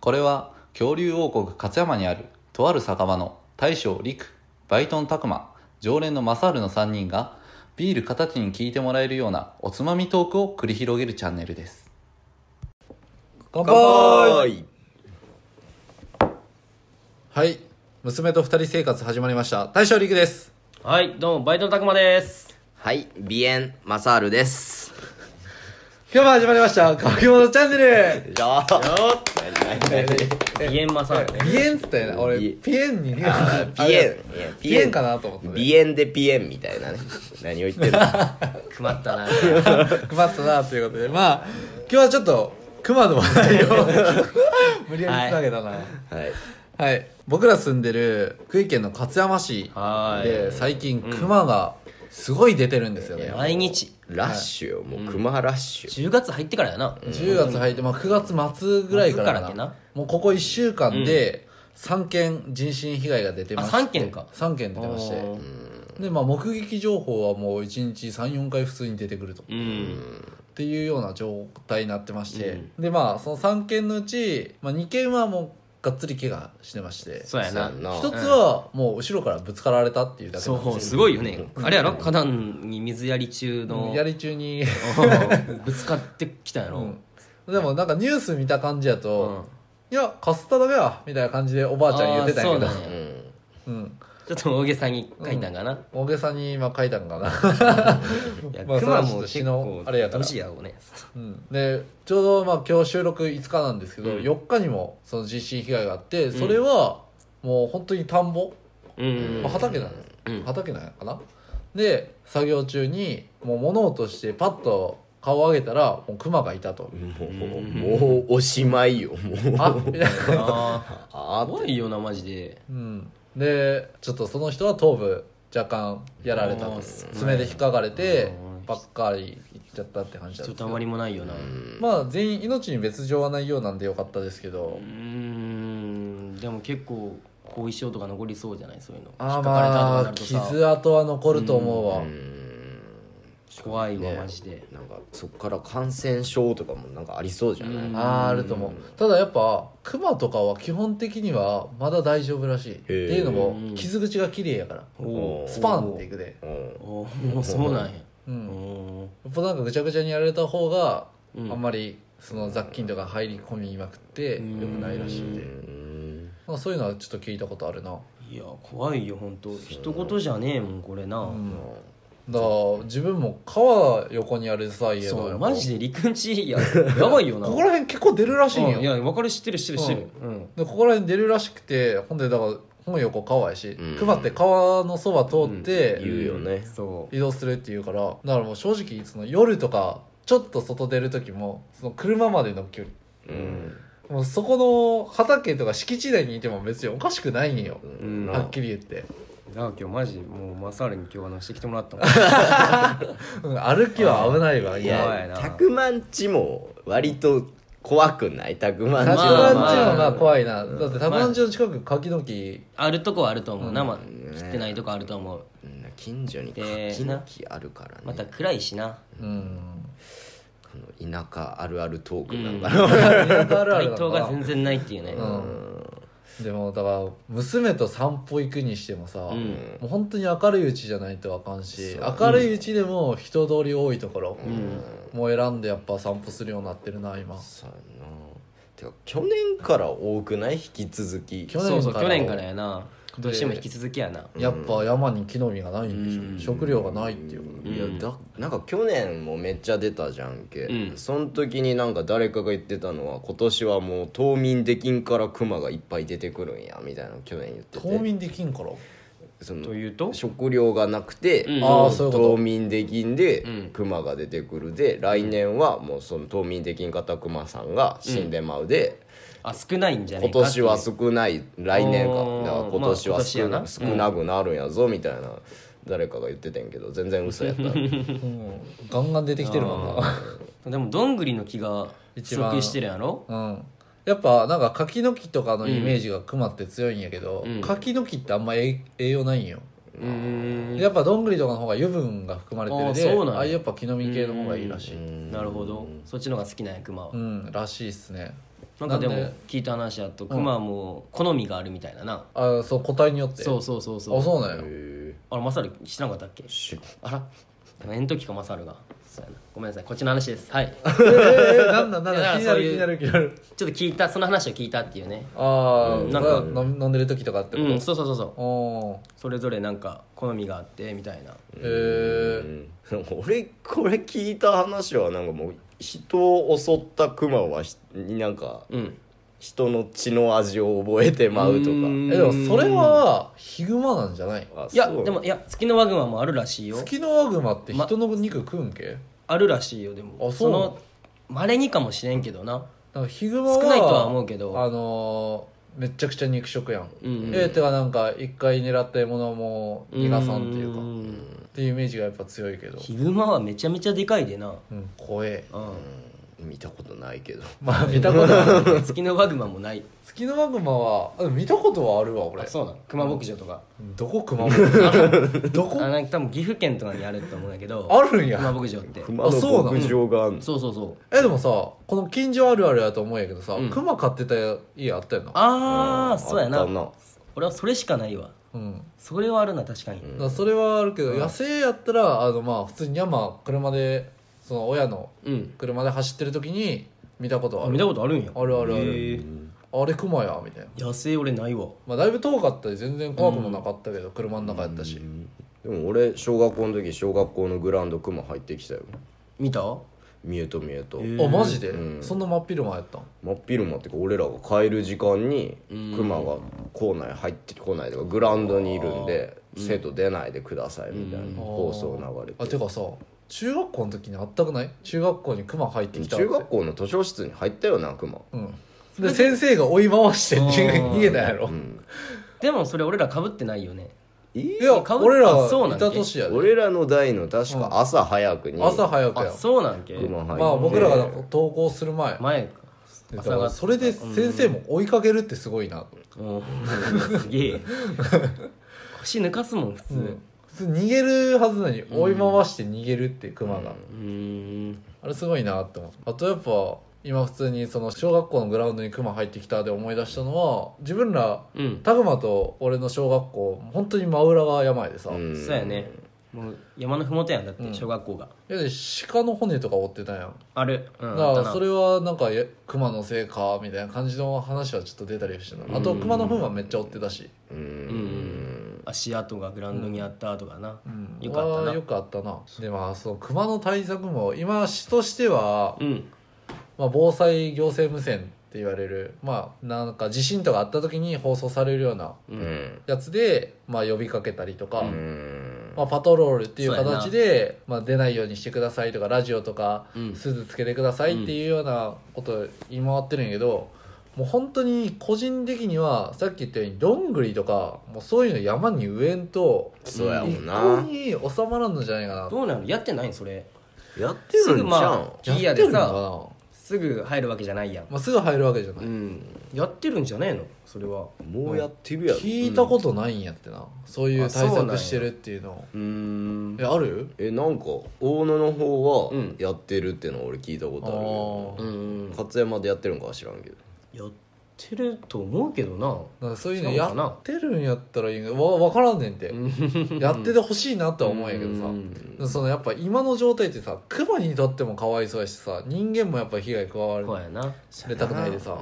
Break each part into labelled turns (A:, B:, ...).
A: これは恐竜王国勝山にあるとある酒場の大将陸バイトン拓磨常連のマサールの3人がビール形に聞いてもらえるようなおつまみトークを繰り広げるチャンネルです乾
B: 杯
A: はい娘と2人生活始まりました大将陸です
C: はい、どうも、バイトのたくまです。
B: はい、鼻炎マサールです。
A: 今日も始まりました「かきものチャンネル
B: じゃあ、
C: 鼻炎マサール」ね。
A: ピエンっつったよな俺
B: ピ
A: ピエンにね
B: 鼻炎いや
A: ピエンかなと思って
B: 鼻
A: ね
B: 炎でピエンみたいなね。 何を言ってるの
C: くまったな。
A: 困ったなということでまあ今日はちょっと熊の話題を無理やりつなげたな、
B: はい。
A: はい、僕ら住んでる福井県の勝山市
C: はい
A: で最近熊がすごい出てるんですよね、
C: 毎日、
B: ラッシュよ、もうクマラッシュ。。
C: 10月入ってからやな。
A: 10月入って、まあ、9月末ぐらいから
C: 末からってな
A: もうここ1週間で3件人身被害が出てまして
C: あ3件か
A: 3件出てましてで、まあ、目撃情報はもう1日34回普通に出てくると
C: うん。
A: っていうような状態になってまして、でまあその3件のうち、まあ、2件はもうがっつり怪我してまして
C: そうやな。
A: 一つはもう後ろからぶつかられたっていうだけなん
C: そう、
A: です
C: すごいよね。あれやろ花壇に水やり中
A: よ
C: の
A: や、り中に、
C: うんぶつかってきたやろ。
A: でもなんかニュース見た感じや
C: う
A: と
C: ん。
A: 「いやかすっただけや」みたいな感じでおばあちゃん言ってたんやけど
C: あーそううんなんや
A: うん
C: ちょっと大げさに書いたんかな。
A: 大げさに今書いたんかな、
C: いや、熊も
A: まあそれはちょっと
C: 結
A: 詩の
C: 構、
A: あれやから
C: ドジやろうね。
A: うん、でちょうどまあ今日収録5日なんですけど、
C: うん
A: 4日にもその人身被害があってそれはもう本当に田んぼ、
C: うん
A: まあ、。畑なんです、
C: うん
A: 畑なんやかなで作業中にもう物音してパッと顔を上げたらもうクマがいたと、
B: もう、もうおしまいよ、もう。
A: あみたいな
C: あ
B: あ
C: あ、怖いよな、マジで。
A: うん、でちょっとその人は頭部若干やられた
C: あ
A: と
C: ー
A: 爪で引っかかれて
C: うん
A: ばっかりいっちゃったって感じだ
C: ち
A: った
C: ょっとあま
A: んですけど
C: りもないよな。
A: まあ全員命に別状はないようなんでよかったですけど
C: うーんでも結構後遺症とか残りそうじゃないそういうの
A: あ
C: 引
A: ー
C: っかかれたとか
A: ま
C: な
A: あ
C: るとさ
A: 傷跡は残ると思うわ、
C: 怖いわ
B: ね
C: マジで
B: なんか、そっから感染症とかもなんかありそうじゃない
C: うん
A: あーあると思うただやっぱクマとかは基本的にはまだ大丈夫らしいっていうのも
C: うん
A: 傷口が綺麗やから
B: おー
A: スパンっていくで、
B: うん
C: おーもうそうなんや
A: うん、や
C: おー
A: っぱなんかぐちゃぐちゃにやられた方があ
C: うん
A: んまりその雑菌とか入り込みまくってよくないらしいんで
B: うん
A: まあ、そういうのはちょっと聞いたことあるなだか
C: いや怖いよ本当一言じゃねえもんこれな
A: ら自分も川横にあるさ家
C: そう
A: の
C: マジで陸んち ややばいよな
A: ここら辺結構出るらしいん
C: う
A: よ
C: んいや分かる知ってる知ってる知ってるうん
A: でここら辺出るらしくてほんでだから本横川やし、
B: うん
A: 熊って川のそば通っ
B: うん言
A: て
B: うよね
C: そう
A: 移動するっていうからだからもう正直その夜とかちょっと外出る時もその車までの距離
B: うん
A: もうそこの畑とか敷地内にいても別におかしくないんよ、
C: うん
A: はっきり言って、
C: なあ今日マジもうマサールに今日はしてきてもらったもん
A: うん、歩きは危ないわ
B: い
A: いや
C: 怖い
B: や
C: な
B: 100万ちも割と怖くない100万ちは
A: タク
C: まあ
A: ラン
C: ま
A: チはまあ
C: あ
A: 怖いな、だってタクランチの近く柿の木
C: あるとこはあると思うなま
B: ん
C: 切ってないとこあると思う
B: うん近所に
C: で
B: 柿の木あるからね、
C: また暗いしな
A: うん
B: この田舎あるあるトークなんだろう、
A: 田舎あるある
C: 対
A: な
C: 等が全然ないっていうね
A: うん、でもだから娘と散歩行くにしてもさ、
C: うん
A: もう本当に明るいうちじゃないとあかんし明るいうちでも人通り多いところ、もう選んでやっぱ散歩するようになってるな今
B: そうやな てか去年から多くない引き続き
A: 去年
C: そうそう
A: から
C: 去年からやな今年も引き続きやな
A: やっぱ山に木の実がないんでしょ、
C: うん
A: 食料がないっていう
B: いやだなんか去年もめっちゃ出たじゃんけ、
C: うん
B: その時になんか誰かが言ってたのは今年はもう冬眠できんからクマがいっぱい出てくるんやみたいなの去年言ってて
A: 冬眠できんから
B: その
C: というと
B: 食料がなくて、
C: うん
A: あーそういうこと
B: 冬眠できんで、
C: うん
B: クマが出てくるで来年はもうその冬眠できんかったクマさんが死んでまうで、
C: あ少ないんじゃない
B: 今
C: かって
B: 年は少ない来年かだ
C: おー
B: から今年
C: まあ今
B: は
C: 年や
B: 少な,、
C: な
B: 少なくなるんやぞみたいな誰かが言っててんけど全然嘘やった
A: うんガンガン出てきてるもんな
C: でもどんぐりの木が不
A: 一番
C: 足してるやろ
A: うんやっぱなんか柿の木とかのイメージが熊って強いんやけど、
C: うん
A: 柿の木ってあんま栄栄養ないんよ
C: うーん
A: やっぱどんぐりとかの方が油分が含まれてる
C: あー
A: で
C: そうなんや
A: ああいうやっぱ木の実系の方がいいらしい
C: なるほどそっちのが好きなんや熊は
A: うんらしいっすね
C: なんかでも
A: なんで
C: 聞いた話だとクマも好みがあるみたいなな、
A: あそう個体によって
C: そううそうそうそう
A: あそうなんや
B: え
C: あれマサル知らなかったっけ
B: 知らん
C: あらでもえん時かマサルがそうやなごめんなさいこっちの話ですはいちょっ
A: えー、なんだなん
C: い
A: だ
C: や
A: 気にな
C: そう
A: る
C: いう
A: 気になる気になる
C: と聞いたその話を聞いたっていうね
A: ああ、
C: うん
A: な
C: なんんか
A: か飲んでる時とかってこと、
C: うんそうそうそうそう
A: おー
C: それぞれなんか好みがあってみたいな
A: えー、
B: うん俺これ聞いた話はなんかもう人を襲ったクマはひなんか
C: うん
B: 人の血の味を覚えてまうとか
C: うん
A: えでもそれはヒグマなんじゃない
B: あ
C: いや
B: そう
C: でもいや月のワグマもあるらしいよ
A: ツキノワグマって人の肉食うんけ、
C: あるらしいよでも
A: あそう
C: のまれにかもしれんけどな
A: なんかヒグマは
C: 少ないとは思うけど
A: あのーめちゃくちゃ肉食やん、
C: うんうん
A: ええてかなんか一回狙った獲物も逃がさんっていうか
C: ん
A: っていうイメージがやっぱ強いけど、
C: ヒグマはめちゃめちゃでかいでな、
A: うん、怖え
C: う
B: うん見たことないけど
A: まあ見たことある
C: ん、月のワグマもない
A: ツキノワグマはあでも見たことはあるわ
C: あ
A: 俺
C: そうなん熊牧場とか、
A: どこ熊本 どこ
C: あなんか多分岐阜県とかにあると思うんだけど
A: あるん
C: 熊
A: や
C: 牧場って
B: 熊の
A: そうなの
B: 牧場があんの
C: そうそうそう
A: えでもさこの近所あるあるやと思うんやけどさ、
C: うん
A: 熊飼ってた家あったよな
C: ああそうや
B: あ
C: な
B: った
C: 俺はそれしかないわ
A: うん
C: それはあるな確かに、
A: だからそれはあるけど、野生やったらあのまあ普通に山車でその親の
C: うん
A: 車で走ってる時に見たことは
C: あ
A: ある
C: 見たことあるんや
A: あるあるある
C: へー
A: あれ熊やみたいな、
C: 野生俺ないわ
A: まあ、だいぶ遠かったり全然怖くもなかったけど、車の中やったし、
B: でも俺小学校の時小学校のグラウンドクマ入ってきたよ
C: 見た
B: 見えと見えと、
C: へー
A: あマジで、
B: うん
A: そんな真っ昼間やったん
B: 真っ昼間っていうか俺らが帰る時間にクマが校内入ってこないとかグラウンドにいるんで生徒出ないでくださいみたいな放送流
A: あ
B: れて
A: てかさ中学校の時にあったくない中学校に熊入ってきたって
B: 中学校の図書室に入ったよなクマ
A: うんで先生が追い回して
C: あー
A: 逃げたやろ、
B: うん
C: でもそれ俺ら被ってないよね
A: いや
C: かぶ
A: 俺ら
C: あそう
A: い
C: なんけ
A: た年やで、
B: 俺らの代の確か朝早くに
A: 朝早く
C: あ
A: や
C: そうなんけ
B: クマ入って
A: まあ僕らが登校する前
C: 前か
A: でだ
C: 朝
A: から
C: が
A: それで先生も追いかけるってすごい
C: う
A: な、
C: ん すげえ腰抜かすもん普通
A: うん普通逃げるはずなのに追い回して逃げるっていうクマが、
C: うーん
A: あれすごいなって思うあとやっぱ今普通にその小学校のグラウンドにクマ入ってきたで思い出したのは自分ら
C: うん
A: タグマと俺の小学校本当に真裏が山でさ、
B: うん
C: そうやねもう山のふもとやんだって小学校が
A: いやで鹿の骨とか折ってたやん
C: あるうん
A: だ
C: あった
A: から
C: な
A: それはなんかえ熊のせいかみたいな感じの話はちょっと出たりしてたあと熊の糞はめっちゃ折ってたし、
B: う
C: うんうんん足跡がグラウンドにあったとかな
A: うん、
C: よかった
A: は
C: な
A: よくあったなでまあその熊の対策も今市としては、
C: うん
A: まあ、防災行政無線って言われるまあなんか地震とかあった時に放送されるような
C: う
B: うんん
A: やつで、まあ、呼びかけたりとか、
B: うん
A: まあ、パトロールってい
C: そ
A: う
C: うやな
A: 形で、まあ、出ないようにしてくださいとかラジオとか
C: うん
A: 鈴つけてくださいっていうようなことを言い回ってるんやけど、もう本当に個人的にはさっき言ったようにどんぐりとかもうそういうの山に植えんと
B: そうやも
A: 一
B: んな
A: 向に収まらんのじゃないかな
C: どうなのやってないんそれ
B: やって
C: す
B: るんじ
C: ぐ
B: ゃん、
C: まあ木やで
A: やってるのか
C: さ
A: な、
C: すぐ入るわけじゃないやん
A: まあ、すぐ入るわけじゃな
C: う
A: い、
C: んやってるんじゃねえのそれは
B: もうやってるやろ
A: 聞いたことないんやってな、そういう対
C: あそうなん
A: 策
C: や
A: してるっていうの
C: うーん
A: えある
B: えなんか大野の方
C: う
B: は
C: ん
B: やってるってのは俺聞いたことある
A: あ
C: う
A: あ
C: ん
B: 勝山でやってるんかは知らんけど
C: やってると思うけどな
A: なんかそういうの
C: そうな
A: や
C: のかな
A: ってるんやったらいいんわ分からんねん てやっててほしいなとは思うんやけどさ
C: うん
A: そのやっぱ今の状態ってさクマにとってもかわいそうやしさ人間もやっぱ被害加わ
C: そう
A: る
C: やな
A: れたくないでさ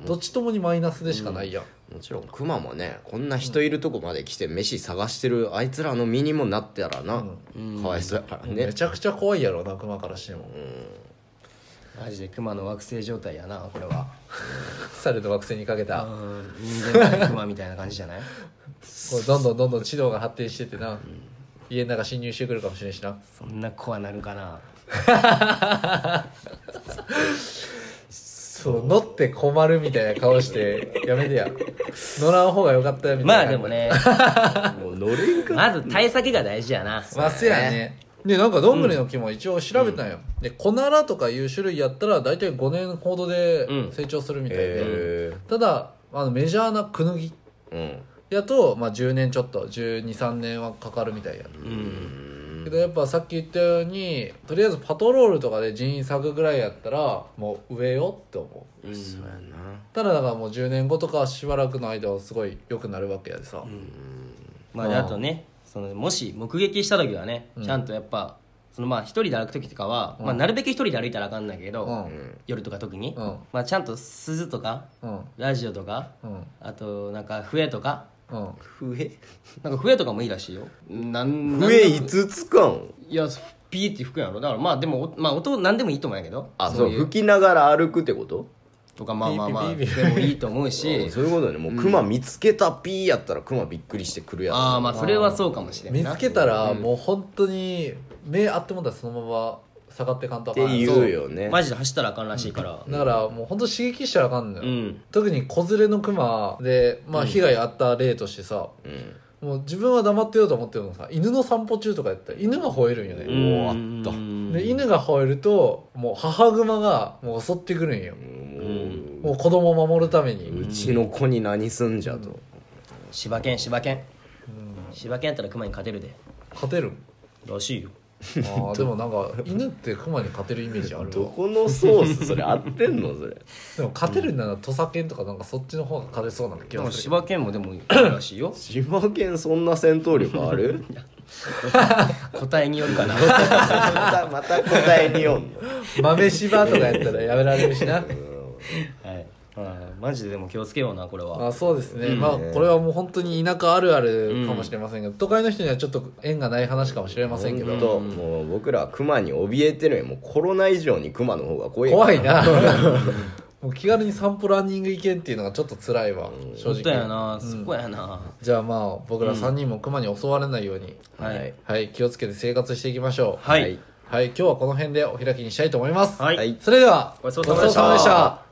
B: うん
A: どっちともにマイナスでしかないやん、
B: もちろんクマもねこんな人いるとこまで来て飯探してるあいつらの身にもなってやらな、
C: うん
B: かわいそうやから
A: め
B: ね、
A: ちゃくちゃ怖いやろなクマからしても
C: マジで熊の惑星状態やなこれは
A: 猿と惑星にかけた、
C: う
A: こ
C: ん人間対熊みたいな感じじゃない
A: うどんどんどんどん知能が発展してってな、家の中侵入してくるかもしれんしな
C: そんな子はなるか な
A: そう乗って困るみたいな顔してやめてや乗らん方がよかったよみ
C: ま
A: たいな
C: あでもね
B: もう乗れんか
C: まず対策が大事やな
A: まあそうやねでなんかどんぐりの木も一応調べたんよ、でコナラとかいう種類やったら大体5年ほどで
C: うん
A: 成長するみたいで、
B: え
A: ただあのメジャーなクヌギ
B: ー、うん
A: やと、まあ、10年ちょっと1 2 3年はかかるみたいや、
C: うん
A: でけどやっぱさっき言ったようにとりあえずパトロールとかで人員削ぐらいやったらもう上よって思う
C: うん
B: そうやな
A: ただだからもう10年後とかしばらくの間はすごい良くなるわけやでさ、
C: まあ、であとねそのもし目撃した時はね、
A: うん
C: ちゃんとやっぱそのまあ一人で歩く時とかは、
A: うん
C: まあ、なるべく一人で歩いたらあかんないけど、
A: うん
C: 夜とか特に、
A: うん
C: まあ、ちゃんと鈴とか
A: うん
C: ラジオとか
A: うん
C: あとなんか笛とか
A: うん
C: 笛なんか笛とかもいいらしいよなん
B: 笛
C: なん
B: 5つかん
C: いやピーって吹くんやろだからまあでもおまあ音なんでもいいと思うんやけど
B: あそう
C: いう
B: 吹きながら歩くってこと
C: とかまあまあまあ
A: ピーピ
C: で
A: ーピーピー
C: もいいと思 うし
B: そういうことねもうクマ見つけたピーやったらクマびっくりしてくるやつ
C: ああまあそれはそうかもしれんない
A: 見つけたらもう本当に目あってもんだらそのまま下がってかんとあ
B: っ
A: かん
B: て
A: やん
B: 言うよね
C: マジで走ったらあかんらしいから
A: だからもう本当刺激したらあかんのよ、
C: うん
A: 特に子連れのクマで、まあ、被害あった例としてさ、もう自分は黙ってようと思ってるのさ犬の散歩中とかやったら犬が吠えるんよ
C: う
A: ね、
C: ん
B: おーあった
A: で犬が吠えるともう母グマがもう襲ってくるんよ、
B: うん
A: もう子供を守るために、
B: うちの子に何すんじゃと、
C: 柴犬柴犬柴犬やったら熊に勝てるで
A: 勝てる
C: らしいよ
A: あーでもなんか犬ってクマに勝てるイメージあるわ
B: どこのソースそれ合ってんのそれ
A: でも勝てるなら土佐犬とかなんかそっちの方が勝てそうな気
C: で
A: が
C: も
A: する
C: 柴犬もでもいいらしいよ
B: 千葉県そんな戦闘力ある
C: 答えによるかな
B: また また答えによんの
A: 豆柴とかやったらやめられるし な
C: はいあーマジででも気をつけようなこれ
A: ま
C: は
A: あそうですね、まあこれはもう本当に田舎あるあるかもしれませんけど、都会の人にはちょっと縁がない話かもしれませんけど、
B: 本当もう僕らはクマに怯えてるよもうコロナ以上にクマの方が怖い
A: 怖いな もう気軽に散歩ランニング行けんっていうのがちょっと辛いわ正
C: 本当や
A: 直
C: なそこやな
A: じゃあまあ僕ら3人もクマに襲われないように、
B: はい
A: はい気をつけて生活していきましょう
C: はい
A: はい、今日はこの辺でお開きにしたいと思います、
C: はい
B: はい
A: それでは
C: ごちそうさまでした
A: ごちそうさまでした